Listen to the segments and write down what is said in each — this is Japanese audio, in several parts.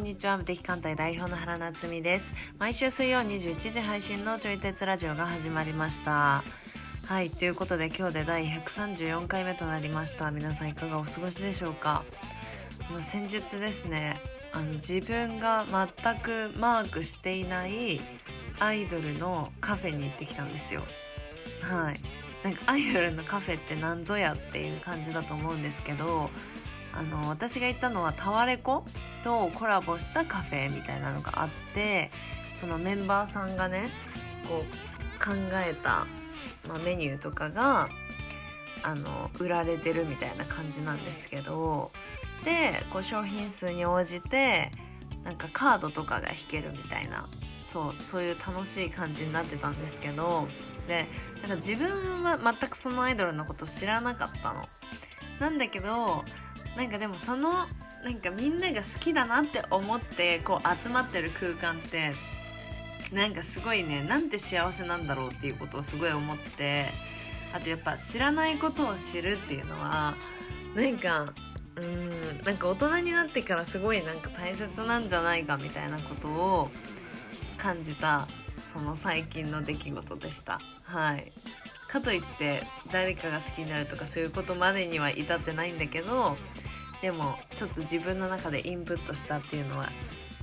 にちは無敵艦隊代表の原夏実です毎週水曜21時配信のちょい鉄ラジオが始まりましたはいということで今日で第134回目となりました皆さんいかがお過ごしでしょうかもう先日ですねあの自分が全くマークしていないアイドルのカフェに行ってきたんですよはいなんかアイドルのカフェって何ぞやっていう感じだと思うんですけどあの私が行ったのはタワレコとコラボしたカフェみたいなのがあってそのメンバーさんがねこう考えた、まあ、メニューとかがあの売られてるみたいな感じなんですけどでこう商品数に応じてなんかカードとかが引けるみたいなそうそういう楽しい感じになってたんですけどでなんか自分は全くそのアイドルのこと知らなかったの。なんだけどなんかでもそのなんかみんなが好きだなって思ってこう集まってる空間ってなんかすごいねなんて幸せなんだろうっていうことをすごい思ってあとやっぱ知らないことを知るっていうのはなんかうーんなんか大人になってからすごいなんか大切なんじゃないかみたいなことを感じたその最近の出来事でした。はいかといって誰かが好きになるとかそういうことまでには至ってないんだけどでもちょっと自分の中でインプットしたっていうのは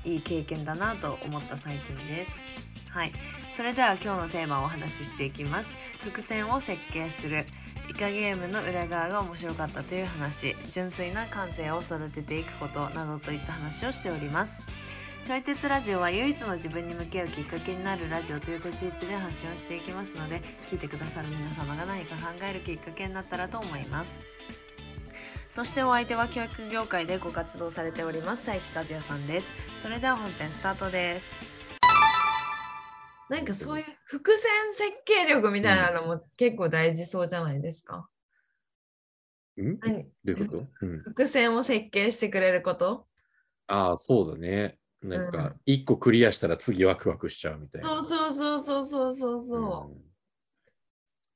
いい経験だなと思った最近ですはいそれでは今日のテーマをお話ししていきます伏線を設計するイカゲームの裏側が面白かったという話純粋な感性を育てていくことなどといった話をしておりますちょい鉄ラジオは唯一の自分に向き合うきっかけになるラジオという立ち位置で発信をしていきますので聞いてくださる皆様が何か考えるきっかけになったらと思いますそしてお相手は教育業界でご活動されております佐伯和也さんですそれでは本編スタートですなんかそういう伏線設計力みたいなのも結構大事そうじゃないですか、んど何ういうこと、うん、伏線を設計してくれること ああ、そうだね。なんうかん、一個クリアしたら次ワクワクしちゃうみたいな。そうそうそうそうそうそうそう、うん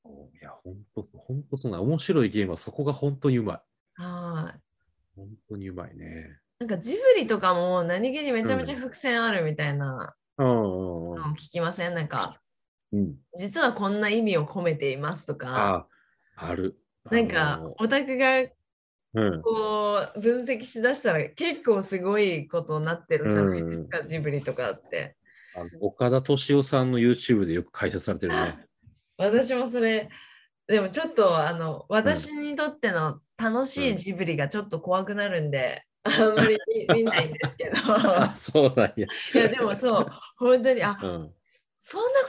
そういや、本当本当そうな。面白いゲームはそこが本当にうまい。はい本当にうまいね。なんかジブリとかも何気にめちゃめちゃ伏線あるみたいなうんうんうんのを聞きません、なんかうん。実はこんな意味を込めていますとかああ、ある。なんかあのオタクがうん。こう分析しだしたら結構すごいことになってるじゃないですか、ジブリとかってあの岡田敏夫さんの YouTube でよく解説されてるね。私もそれでもちょっとあの私にとっての楽しいジブリがちょっと怖くなるんで、あんまり見 見ないんですけどあ、そうなんいや。やでもそう本当にあうん。そんなこ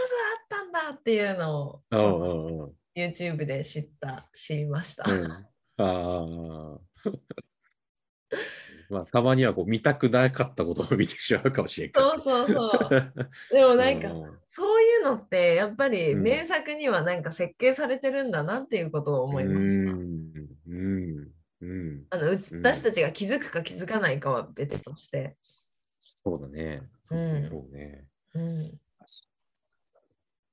とあったんだっていうのをうそんのうんうん。 YouTube で知った、知りました。うん、ああ。 まあ、たまにはこう見たくなかったことも見てしまうかもしれんけ ど。そうそう そう。でもなんか、うんそういうのって、やっぱりうん名作にはなんか設計されてるんだなっていうことを思いました。うん。うん。うん。あのうちうん私たちが気づくか気づかないかは別として。そうだね。そううんそうね。うん、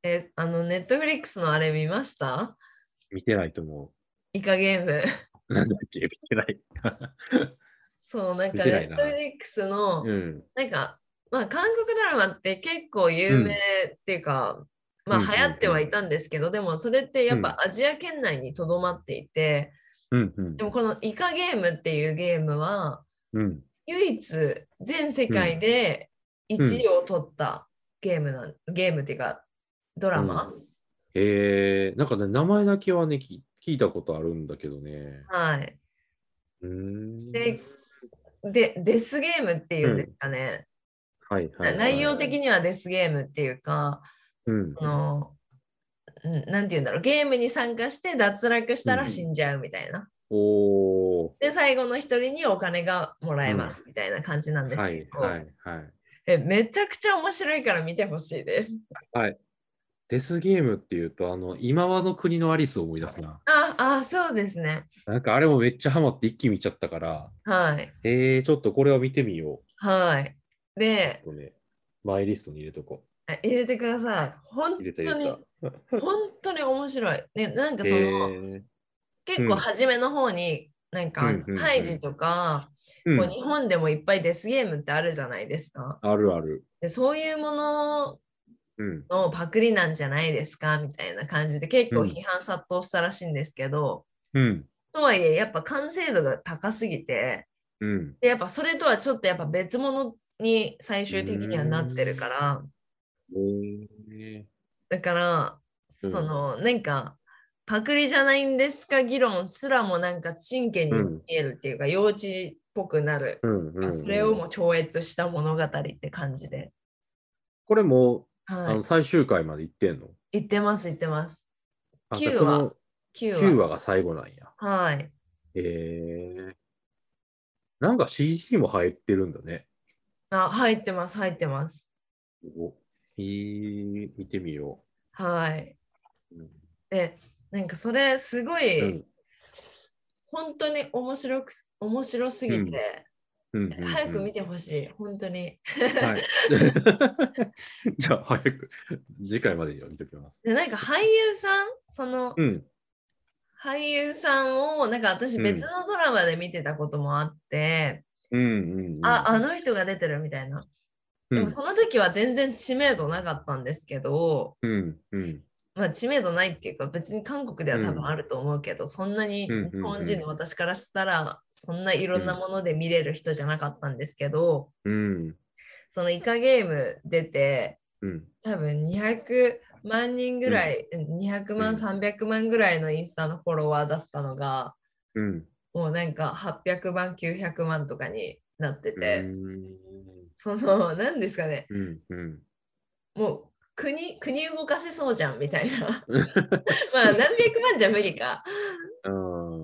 え、あの、ネットフリックスのあれ見ました見てないと思イカゲーム。 う。なんだっけ見てない。 そう、なん見かてネないッなトフリックスの、うん。なんか、まあ、韓国ドラマって結構有名っていうか、まあうんうんうん流行ってはいたんですけど、でもそれってやっぱアジア圏内にとどまっていて、うん。うんでもこのイカゲームっていうゲームはうん。唯一全世界で1位を取ったゲームなん、ゲームっていうかドラマ、えー、なんかね、名前だけはね、聞聞いたことあるんだけどね。はい。うん。でで、デスゲームっていうんですかね、はいはい、はい。内容的にはデスゲームっていうか、うん。その、うんなんて言うんだろう、ゲームに参加して脱落したうらん死んじゃうみたいな。おー。で、最後の一人にお金がもらえますみたいな感じなんですはけいど、はいはい。えめちゃくちゃ面白いから見てほしいです。デスゲームっていうと、あの、今和の国のアリスを思い出すな。ああ、そうですね。なんかあれもめっちゃハマって一気に見ちゃったから、はい。えー、ちょっとこれを見てみよはい。でう。、これね、マイリストに入れとこあ入れてください。本う。当入にれた入れた。、本当に面白い。ね、なんかその、えー、結構初めの方に、なんうんかうんうんカイジとか、う。こうん日本でもいっぱいデスゲームってあるじゃないですか。あるある。でそういうものうん。のパクリなんじゃないですかみたいな感じで結構うん批判殺到したらしいんですけど、うん。とはいえやっぱ完成度が高すぎてうん。でやっぱそれとはちょっとやっぱ別物に最終的にはなってるからえだからーそ、のなんかパクリじゃないんですか議論すらもなんか真剣に見えるっていうか、幼稚っぽくなる、うんうんうん、それをもう超越した物語って感じで、これも、あはの最終回まで行ってんのい、言ってます言ってますあじゃあ9こ話の9 9話が最後なんや。はいへえなんか CG も入ってるんだね。あ入ってます入ってますおいい見てみよはい。う。うんでなんかそれすごい、うん本当に面白く面白すぎて、うんうんうん早く見てほしい本当に。はい。 じゃあ、早く、次回までには見ときます。でなんか俳優さんそのうん。俳優さんをなんか私うん別のドラマで見てたこともあって、うんうん、うん。ああの人が出てるみたいな。うん、でもその時は全然知名度なかったんですけど、うん、うん。まあ、知名度ないっていうか別に韓国では多うん分あると思うけど、そんなにうんうんうん日本人の私からしたらそんないろんなもので見れる人じゃなかったんですけど、うん。そのイカゲーム出てうん。多分200万人ぐらい、200万、うん300万ぐらいのインスタのフォロワーだったのがうん。もうなんか800万900万とかになってて、うんその何ですかねうん。うん。もう国国動かせそうじゃんみたい なまあ何百万じゃ無理か。う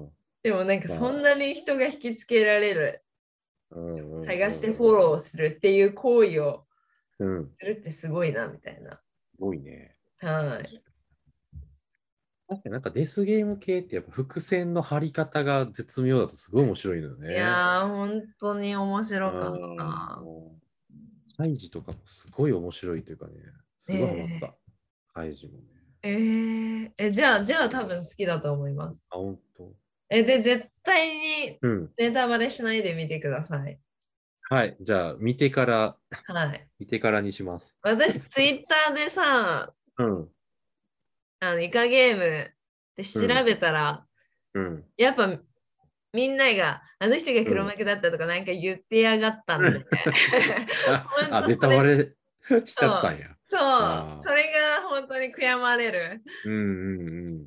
んでもなんかまあそんなに人が引きつけられる、うんうん探してフォローするっていう行為をうん。すするってすごいなみたいな。ごいね。はい。確かになんかデスゲーム系ってやっぱ伏線の張り方が絶妙だとすごい面白いのよね。いやー、本当に面白かっあた。のカイジとかもすごい面白いというかね、すごいハマった。カイジもね。えー、え、じゃあ、じゃあ多分好きだと思います。あ、本当。え、で、絶対にうん。ネタバレしないで見てください。はい。じゃあ、見てから、はい。見てからにします。私、ツイッターでさ、うん。あのイカゲームで調べたら、うん。やっぱみんながあの人が黒幕だったとかなんか言ってやがったんで、あ、本当あそれネタバレしちゃったんや。そあーうそれが本当に悔やまれるうんうんうん。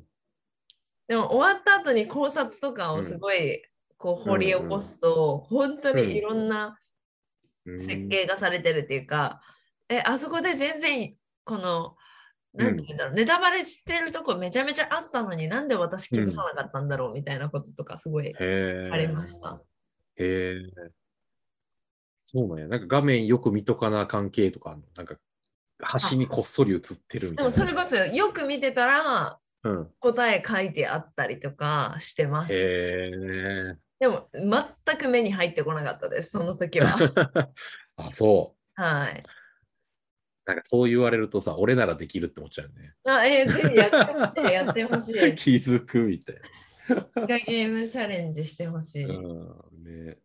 でも終わった後に考察とかをすごいこう掘り起こすと、本当にいろんなうん設計がされてるっていうか、えあそこで全然このなんて言うんだろう、ネタバレしてるとこめちゃめちゃあったのになんで私気づかなかったんだろうみたいなこととかすごい、へえ。ありました。へえ。そうなんや。なんか画面よく見とかな関係とかあんの、なんか端にこっそり映ってるでみたいな。もそれこそよく見てたらうん。答え書いてあったりとかしてます。へえ。でも全く目に入ってこなかったです、その時 は。あ、そう。はい。なんかそう言われるとさ、俺ならできるって思っちゃうよね。あえー、ぜひやって ほしい、やってほしい。一気づくみたい回ゲームチャレンジしてほしい。な。うん。ね。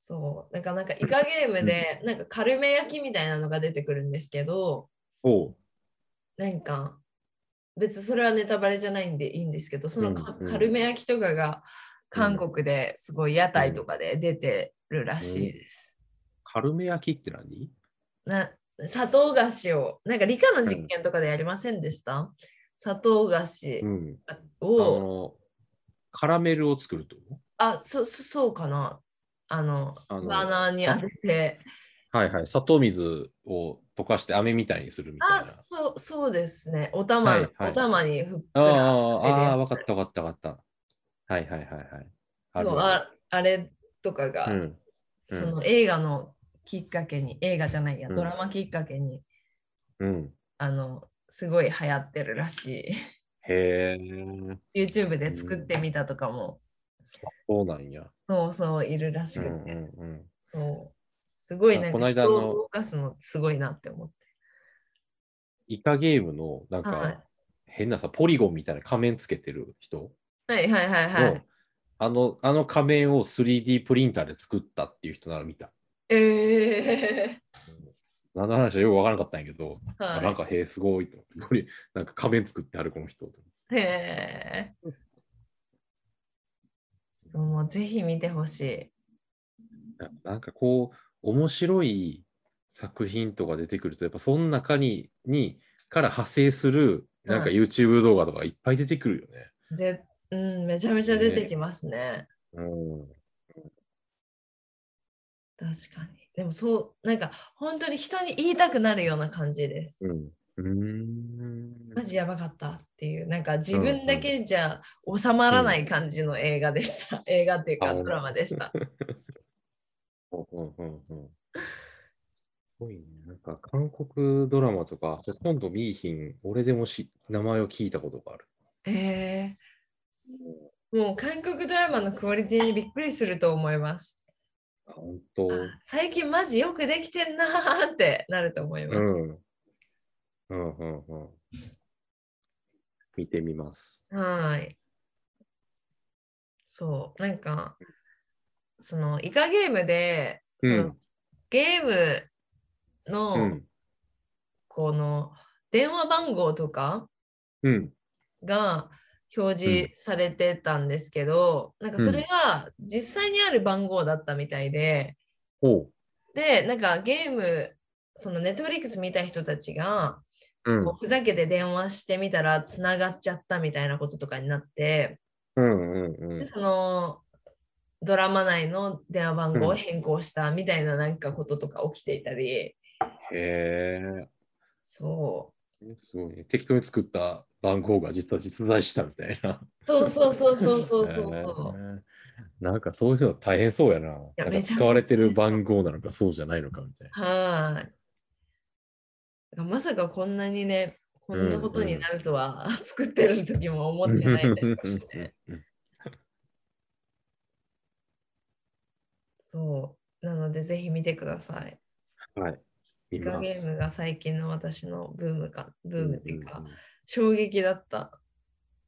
そう。なんかなんかイカゲームで、なんかカルメ焼きみたいなのが出てくるんですけど、おう。なんか別にそれはネタバレじゃないんでいいんですけど、そのカ,、うんうんルメ焼きとかが韓国ですごい屋台とかで出てるらしいです。カルメ焼きって何な砂糖菓子をなんか理科の実験とかでやりませんでした、砂糖菓子うん。あを、の、カラメルを作るってこあそそそうかなあのあのバーナーに当ててとはいはい。砂糖水を溶かして飴みたいにするみたいな。あそうそうですねお玉、はいはいお玉にふっくあらあああ、わわかったわかったわかった。はいはいはいはい。あるあああれとかが、るうん。うんその映画のきっかけに映画じゃないや、うんドラマきっかけにうん。あのすごい流行ってるらしへえ、い YouTube で作ってみたとかも、そうなんや。そうそういるらしうんくうて、んうん。そう。すごいあなんこのか間人あのを動かすのすごいなって思って。イカゲームのなんはいか変なさ、ポリゴンみたいな仮面つけてる人はいはいはいはのい。あの、あの仮面を 3D プリンターで作ったっていう人なら見た。 ええ何の話かよくわからなかったんやけど、ー。あはいなんか、へえ、すごいと。これ、なんか仮面作ってある、この人。へえ。そうもうぜひ見てほしい。ななんかこう、面白い作品とか出てくると、やっぱその中に、にから派生する、なんかはい YouTube 動画とかいっぱい出てくるよね。ぜうん、めちゃめちゃ出てきますね。うん。確かに。でもそう、なんか本当に人に言いたくなるような感じです。うん。うーん。マジやばかったっていう、なんか自分だけじゃ収まらない感じの映画でした。映画っていうかあドラマでした。うんうんうんうん。すごいね。なんか韓国ドラマとか、ほとんど見いひん、俺でもし名前を聞いたことがある。えー、もう韓国ドラマのクオリティにびっくりすると思います。あ本当。あ最近マジよくできてんなーってなると思います。うん。うんうんうん。見てみます。はーい。そう、なんか、その、イカゲームで、その、うんゲームの、うん。この、電話番号とかうん。が表示されてたんですけど、なんかそれは実際にある番号だったみたいで、ほう。で、なんかゲーム、そのネットフリックス見た人たちが、うんこうふざけて電話してみたらつながっちゃったみたいなこととかになって、うんうんうでん。そのドラマ内の電話番号うをん変更したみたいななんかこととか起きていたり、へそえ。すごいね。適当に作った番号が実は実在したみたいな。 うそうそうそうそうそうそうそうへえなんかそういうの大変そうやな。やなんめかちゃ使われてる番号なのかそうじゃないのかみたいな。はーいまさかこんなにねこんなことになるとは、作ってる時も思ってないですかもし れないそうなのでぜひ見てくださいはい。イ見カますゲームが最近の私のブームかブームっていうか、うん衝撃だった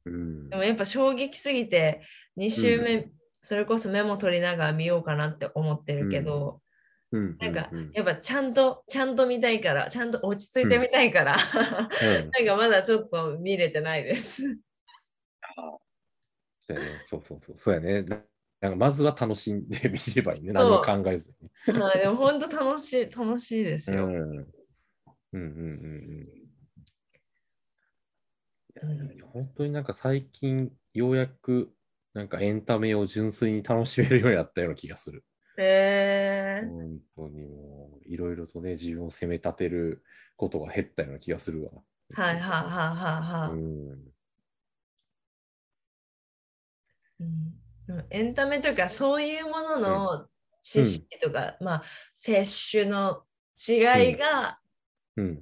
うんでもやっぱ衝撃すぎて2週目、うそれこそメモ取りながら見ようかなって思ってるけど、うん。なんかううやっぱちゃんとちゃんと見たいからちゃんと落ち着いてみたいから、う んなんかまだちょっと見れてない です。そうやね。そうそうそう。そうやね。ななんかまずは楽しんでみればいいね。何も考えずに。はいでも本当楽しい楽しいですうんよ。うんうんうんうんいや。本当になんか最近ようやくなんかエンタメを純粋に楽しめるようになったような気がする。えー、本当にもういろいろとね自分を責め立てることが減ったような気がするわ。はいはいはいはいはういん。うんでもエンタメとかそういうものの知識とか、まあ摂取の違いが、うん。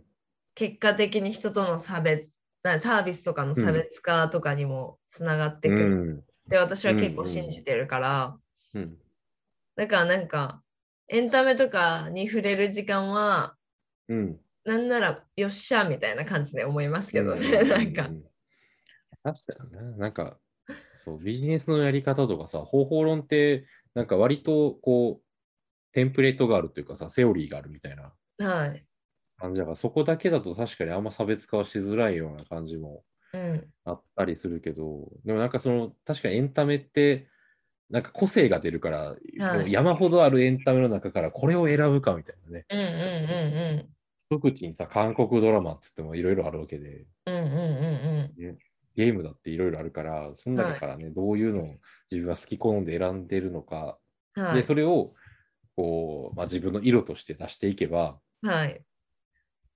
結果的に人との差別なサービスとかの差別化とかにもつながってくるって私は結構信じてるから、うん。うん。だからなんかエンタメとかに触れる時間はうん。なんならよっしゃみたいな感じで思いますけどね、うなんかう。う確かにな。なんか、そう、ビジネスのやり方とかさ、方法論って、なんか割とこう、テンプレートがあるというかさ、セオリーがあるみたいなはい、感じだから、そこだけだと確かにあんま差別化はしづらいような感じもうん、あったりするけど、でもなんかその、確かにエンタメって、なんか個性が出るから、もう山ほどあるエンタメの中からこれを選ぶかみたいなね。うんうんう一口にさ、韓国ドラマっつってもいろいろあるわけで。んうんうんうんゲームだっていろいろあるから、その中からね、どういうのを自分が好き好んで選んでるのか、うんはでいそれをこう、まあ、自分の色として出していけば、はい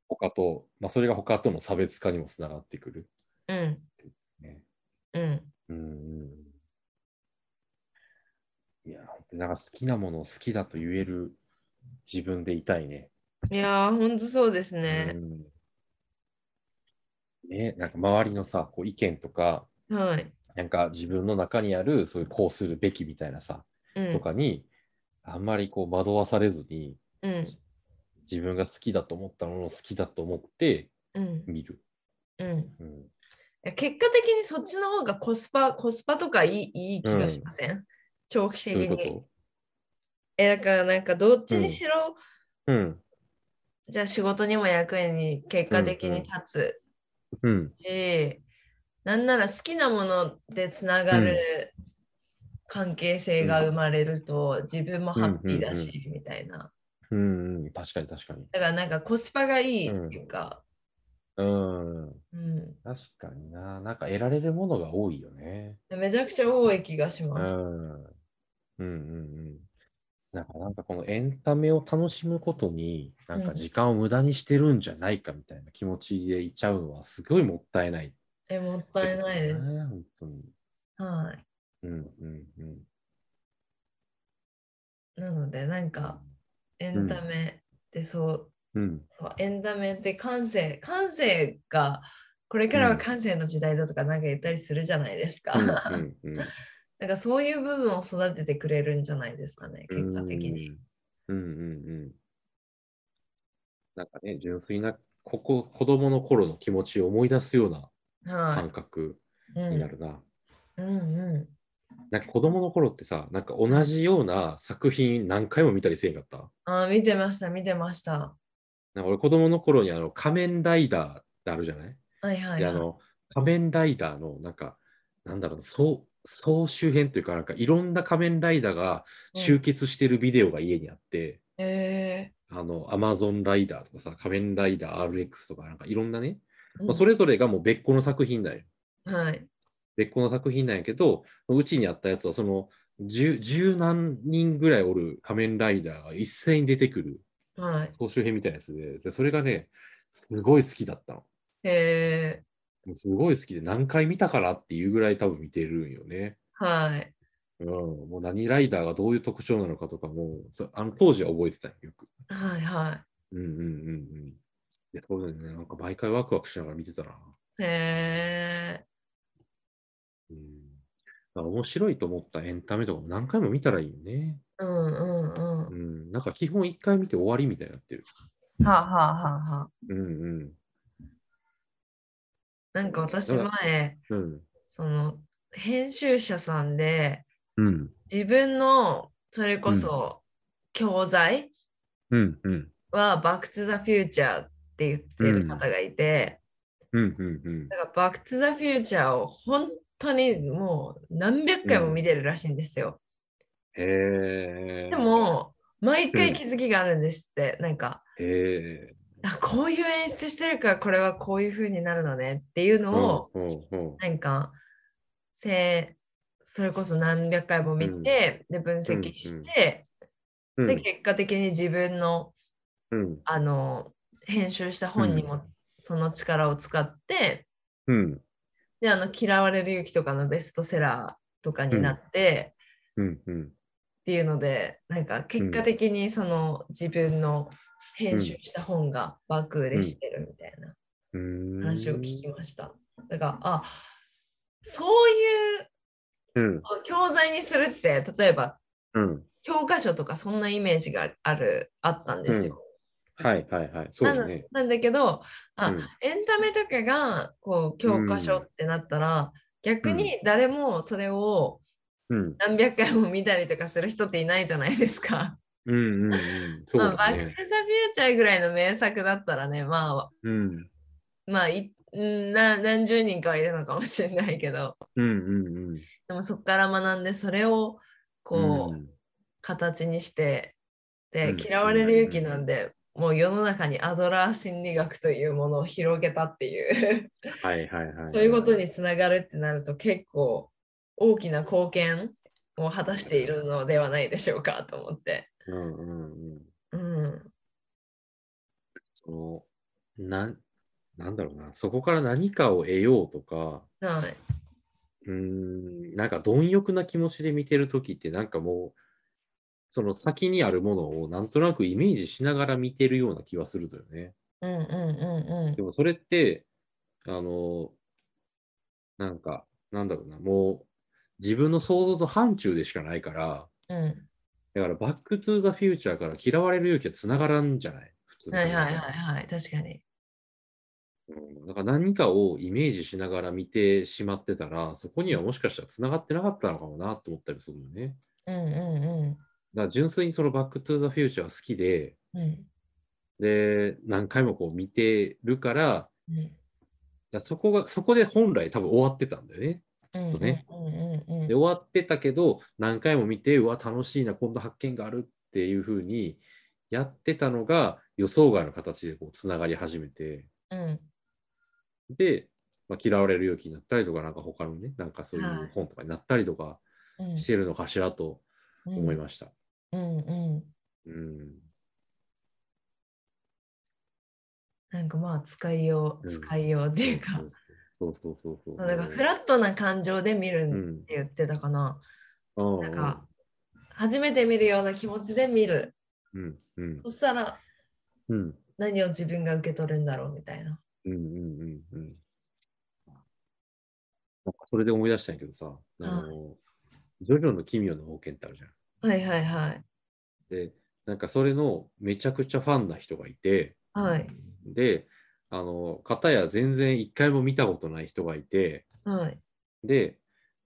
他と、まあ、それが他との差別化にもつながってくる。うんね、うんうんうん。いや、本当になんか好きなものを好きだと言える自分でいたいね。いやーほんとそうですねう、んね、なんか周りのさ、こう意見とか、はい、なんか自分の中にある、そういうこうするべきみたいなさ、うんとかに、あんまりこう惑わされずに、うん自分が好きだと思ったものを好きだと思ってうん見る。うんうん、え結果的にそっちの方がコスパ、コスパとかいいいい気がしません、長期的どういうこに。とえ、だからなんかどっちにしろ、うん。じゃあ仕事にも役に結果的に立つ。うん。し、なんなら好きなものでつながる関係性が生まれると自分もハッピーだし、みたいな。うん、うん。確かに確かに。だからなんかコスパがいいっていうか、うん。うん確かにな。なんか得られるものが多いよね。めちゃくちゃ多い気がしうん。ます。うんうんうん。なんか、なんかこのエンタメを楽しむことに、なんか時間を無駄にしてるんじゃないかみたいな気持ちでいちゃうのは、すごいもったいないってえ、もっこたとだいないよね。です。本当に。はうんうんうん。い。なので、なんかエンタメってそう、うん。そうエンタメって感性、感性が、これからは感性の時代だとかなんか言ったりするじゃないですか。うんうんうん なんかそういう部分を育ててくれるんじゃないですかね、結果的に。うんうんうん。なんかね、純粋な、ここ、子供の頃の気持ちを思い出すようなは感覚い。うんになるな。うんうなんか子供の頃ってさ、なんか同じような作品何回も見たりせんかったん。あー見てました、見てました。なんか俺子供の頃にあの、仮面ライダーってあるじゃないはいはい、で、あはい。の、仮面ライダーのなんか、なんだろうな、総総集編というか、なんかいろんな仮面ライダーが集結してるビデオが家にあって、えあの、アマゾンライダーとかさ、仮面ライダー RX とか、なんかいろんなね、ーまあ、それぞれがもう別個の作品だよ。うんはい。別個の作品なんやけど、うちにあったやつは、その、十十何人ぐらいおる仮面ライダーが一斉に出てくるはい。総集編みたいなやつで、でそれがね、すごい好きだったの。えもうすごい好きで、何回見たからっていうぐらい多分見てるんよね。ーはい。うん、もう何ライダーがどういう特徴なのかとかも、そあの当時は覚えてたよ、よく。はいはうんうんうんうん。いや、そうだよね。なんか毎回ワクワクしながら見てたな。い。えうん。だから面白いと思ったエンタメとかも何回も見たらいいよね。ーうんうんうん。はうん。なんか基本一回見て終わりみたいになってる。あ、はあはあはあ、うんうん。なんか私前、うん。その編集者さんでうん。自分のそれこそ教材うんうん。はバック・トゥ・ザ・フューチャーって言ってる方がいて、うんうんうん。だからバック・トゥ・ザ・フューチャーを本当にもう何百回も見てるらしいんですよ。へえ。で、も、毎回気づきがあるんですって、なんか、へえ。あこういう演出してるからこれはこういう風になるのねっていううんのを、うんうんなんか、せそれこそ何百回も見て、で分析して、うんで結果的に自分のうんあの編集した本にもその力を使って、うんであの嫌われる勇気とかのベストセラーとかになって、うんうんっていうのでなんか結果的にその自分の編集した本が爆売れしてるみたいなうーん。話を聞きました。だからあそういううん教材にするって例えばうん。教科書とかそんなイメージがあるあったんですよ。はいはいはい。そうだなね。なんだけどあ、うんエンタメとかがこう教科書ってなったら、逆に誰もそれをうん何百回も見たりとかする人っていないじゃないですか。うんうんうん。そうまあ、バック・だトゥ・ザ・フね。ューチャーぐらいの名作だったらね、まうんあ、まあ、いんな何十人かはいるのかもしれないけど、うんうんうん。でもそこから学んで、それをこう、ん形にして、うでん、嫌われる勇気なんで、もう世の中にアドラー心理学というものを広げたっていう、はいはいはい。そういうことにつながるってなると、結構大きな貢献を果たしているのではないでしょうかと思って。うんうんうん。うん、その、なん、なんだろうな、そこから何かを得ようとか、はい。うーん、なんか貪欲な気持ちで見てるときって、なんかもう、その先にあるものをなんとなくイメージしながら見てるような気はするのよね。うんうんうんうんで。もそれって、あの、なんか、なんだろうな、もう、自分の想像と範疇でしかないから、うんだから、バックトゥーザフューチャーから嫌われる勇気はつながらんじゃない普通に考はえいたらはいはいはい、確かに。うんだから何かをイメージしながら見てしまってたら、そこにはもしかしたら繋がってなかったのかもなと思ったりするよね。うんうだから純粋にそのバックトゥザフューチャー好きで、んうん。うんで、何回もこう見てるから、うんだからそこが、そこで本来多分終わってたんだよね。うんとねうんうんうんで、終わってたけど、何回も見て、うわ、楽しいな、こんな発見があるっていう風にやってたのが予想外の形でこう繋がり始めて、うんで、まあ、嫌われる勇気になったりとか、なんか他のね、なんかそういはいう本とかになったりとかうんしてるのかしらと思いす。ました。うんうん。うん。なんかまあ使いよう、うん使いようっていうか、そうそうそうそう。なんかフラットな感情で見るうんっん。て言ってたかな。うんなんか初めて見るような気持ちで見る。うんうんそしたらうん何を自分が受け取るんだろうみたいな。うんうんうんうん。なんかそれで思い出したんやけどさ、あの、ジョジョの奇妙な冒険ってあるじゃん。はいはいはい。で、なんかそれのめちゃくちゃファンな人がいて、はいで、あの、片や全然一回も見たことない人がいて、はい。で、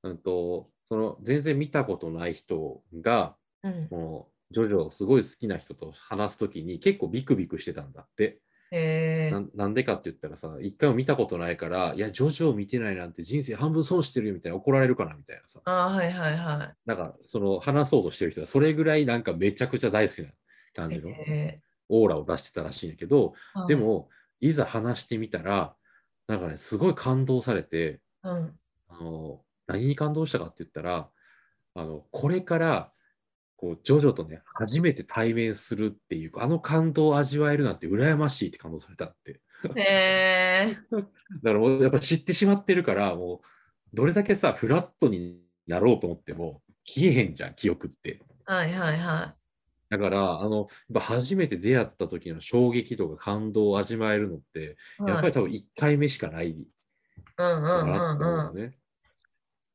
うんと、その全然見たことない人が、うん、もう、ジョジョをすごい好きな人と話すときに結構ビクビクしてたんだって。へえな。なんでかって言ったらさ、一回も見たことないから、いや、ジョジョを見てないなんて人生半分損してるよみたいな怒られるかなみたいなさ。あーはいはいはなんか、その話そうとしてる人は、それぐらいなんかめちゃくちゃ大好きな感い。じのへオーラを出してたらしいんやけど、ーで、も、いざ話してみたら、なんかね、すごい感動されて、はいう ん、あの、何に感動したかって言ったら、あの、これから、こう、ジョジョとね、初めて対面するっていう、あの感動を味わえるなんて羨ましいって感動されたって。へえ。だからもうやっぱ知ってしまってるから、もう、どれだけさ、フラットになろうと思っても、消えへんじゃん、記憶って。はいはいはだから、あの、やっぱ初めて出会った時の衝撃とか感動を味わえるのって、い。やはっぱいり多分1回目しかないうんうのんかなって思ううんのね。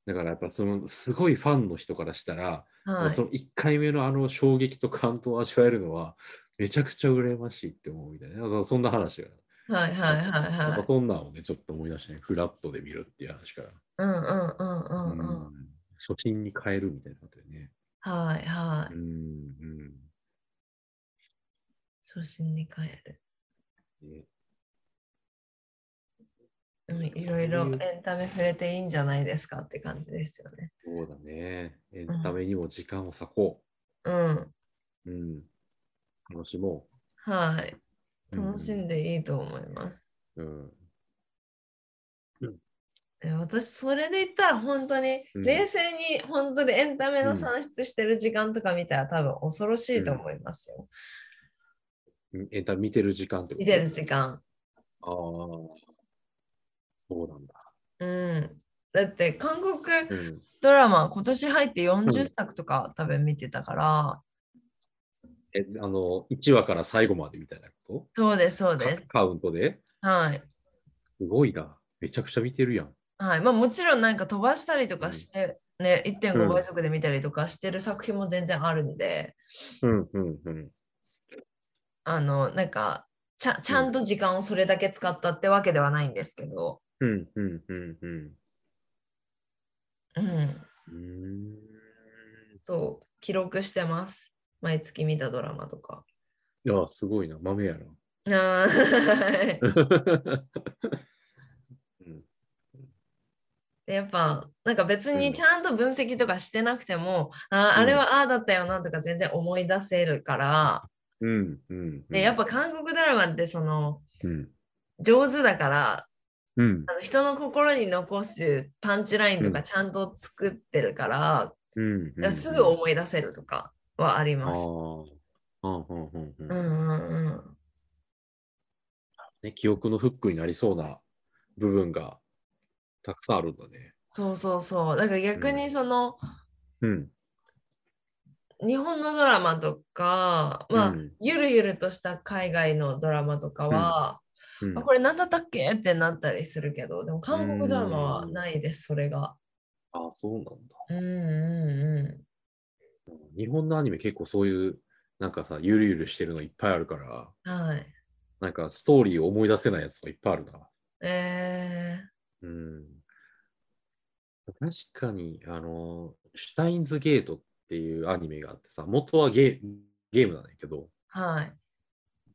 だからやっぱその、すごいファンの人からしたら、うん。はいその1回目のあの衝撃と感動を味わえるのは、めちゃくちゃ羨ましいって思うみたいな、そんな話が。はいはいはいなんはかい。そんなんをね、ちょっと思い出してね、フラットで見るっていう話から。うんうんうんううんうん。ん初心に変えるみたいなことよね。はいはうい。んうん初心に帰る。ねうんいろいろエンタメ触れていいんじゃないですかって感じですよね。そうだね。エンタメにも時間を割こうん。う。うん。楽しもはい。う。楽しんでいいと思います。うん。え私、それで言ったら本当に、うん冷静に本当にエンタメうのん算出してる時間とか見たら多分恐ろしいと思いますよ。うんエンタメ見てる時間ってこと見てる時。間。ああ。そうなんだ。うん。だって韓国うん。ドラマ今年入ってう40ん作とか多分見てたから、え、あの、1話から最後までみたいなこそうですそうとでかす。カウントではい。すごいな。めちゃくちゃ見てるやん。はいまあ、もちろんなんか飛ばしたりとかして、ね、う1.5ん倍速で見たりとかしてる作品も全然あるんで、うんうんうん。あのなんかちゃちゃんと時間をそれだけ使ったってわけではないんですけど、うんうんうんうん。うん、うーん。そう記録してます毎月見たドラマとか。 いや、すごいな。豆やな。 あーうんでやっぱなんか別うにんちゃんと分析とかしてなくても、あーあれはああだったよなとか全然思い出せるから、うんうんでやっぱ韓国ドラマってそのうん上手だからうんあの人の心に残すパンチラインとかちゃんと作ってるから、うんだからすぐ思い出せるとかはありああます。うんうんうんうんうんうんうん、ね記憶のフックになりそうな部分がたくさんあるんだね。そうそうそう。だから逆うにんその、うん。日本のドラマとか、まあ、うんゆるゆるとした海外のドラマとかは、うんあこれ何だったっけってなったりするけど、でも韓国ドラマはないです、それが。あそうなんだ。うんうんう日本のアニメ結構そういうなんかさゆるゆるしてるのいっぱいあるからん。はい。なんかストーリーを思い出せないやつがいっぱいあるな。えうん。確かに、あの、シュタインズゲートっていうアニメがあってさ、元はゲーゲームなんだけど、ー、はい。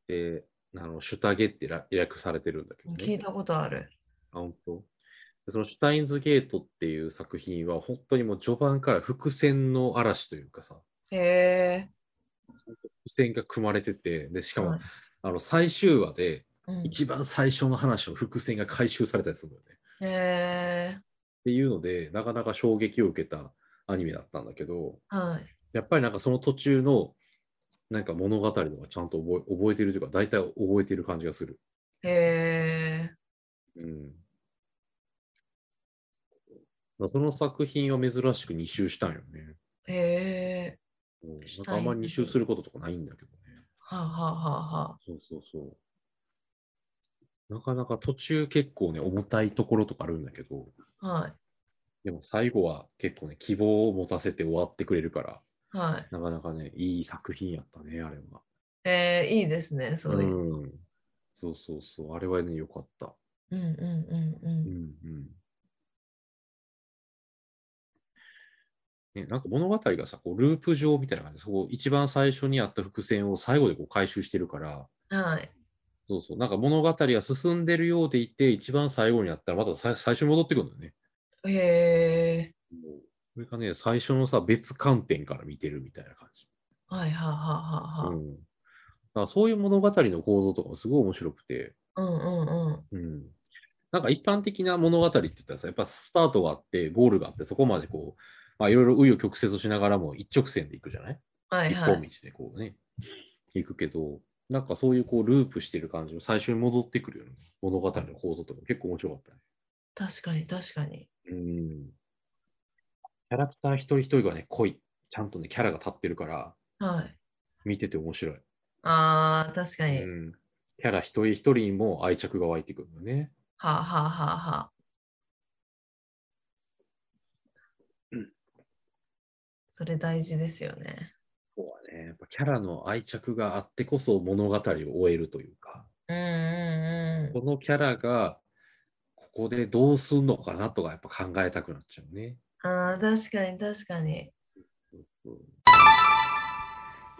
で、あのシュタゲってら略されてるんだけど聞いね。たことある。あ本当でそのシュタインズゲートっていう作品は、本当にもう序盤から伏線の嵐というかさ、へえ伏線が組まれてて、で、しかも、はいあの最終話で、ー。うん一番最初の話の伏線が回収されたりするんだよね。へえっていうので、なかなか衝撃を受けたアニメだったんだけど、ー。はい。やっぱりなんかその途中のなんか物語とかちゃんと覚え覚えてるというか、大体覚えてる感じがする。へえうん。その作品は珍しく2周したんよね。ー。へえうんなんしたかいあんまり2周することとかないんだけどね。ー。はあ、はあはあはあ、そうそうそう。なかなか途中結構ね、重たいところとかあるんだけど、はい。でも最後は結構ね、希望を持たせて終わってくれるから、はい。なかなかね、いい作品やったね、あれは。えー、いいですね、そういう。ん。そうそうそう、あれはね、よかった。うんうんうんううんん。うん。ね、なんか物語がさ、こうループ上みたいな感じで、そこ一番最初にあった伏線を最後でこう回収してるから、はい。そうそう、なんか物語が進んでるようでいて、一番最後になったらまたさ最初に戻ってくるんだよね。へえ。それがね、最初のさ、別観点から見てるみたいな感じ。はいはあはあはあうはん。だからそういう物語の構造とかもすごい面白くて、あ。うんうんうん。うん。なんか一般的な物語って言ったらさ、やっぱスタートがあって、ゴールがあって、そこまでこう、まあいろいろ紆余曲折をしながらも一直線で行くじゃない、はい一は本い。道でこうね、行くけど、なんかそういうこうループしてる感じの最初に戻ってくるような物語の構造とか結構面白かったね。確かに確かに。うん。キャラクター一人一人がね、濃い。ちゃんとね、キャラが立ってるから、はい。見てて面白い。ああ、確かうに。ん。キャラ一人一人にも愛着が湧いてくるのね。はあはあはあはあ。うんそれ大事ですよね。そうだね。やっぱキャラの愛着があってこそ物語を終えるというか、うんうんうこのキャラがここでどうすんのかなとかやっぱ考えたくなっちゃうね。ん。ああ、確かに確かに。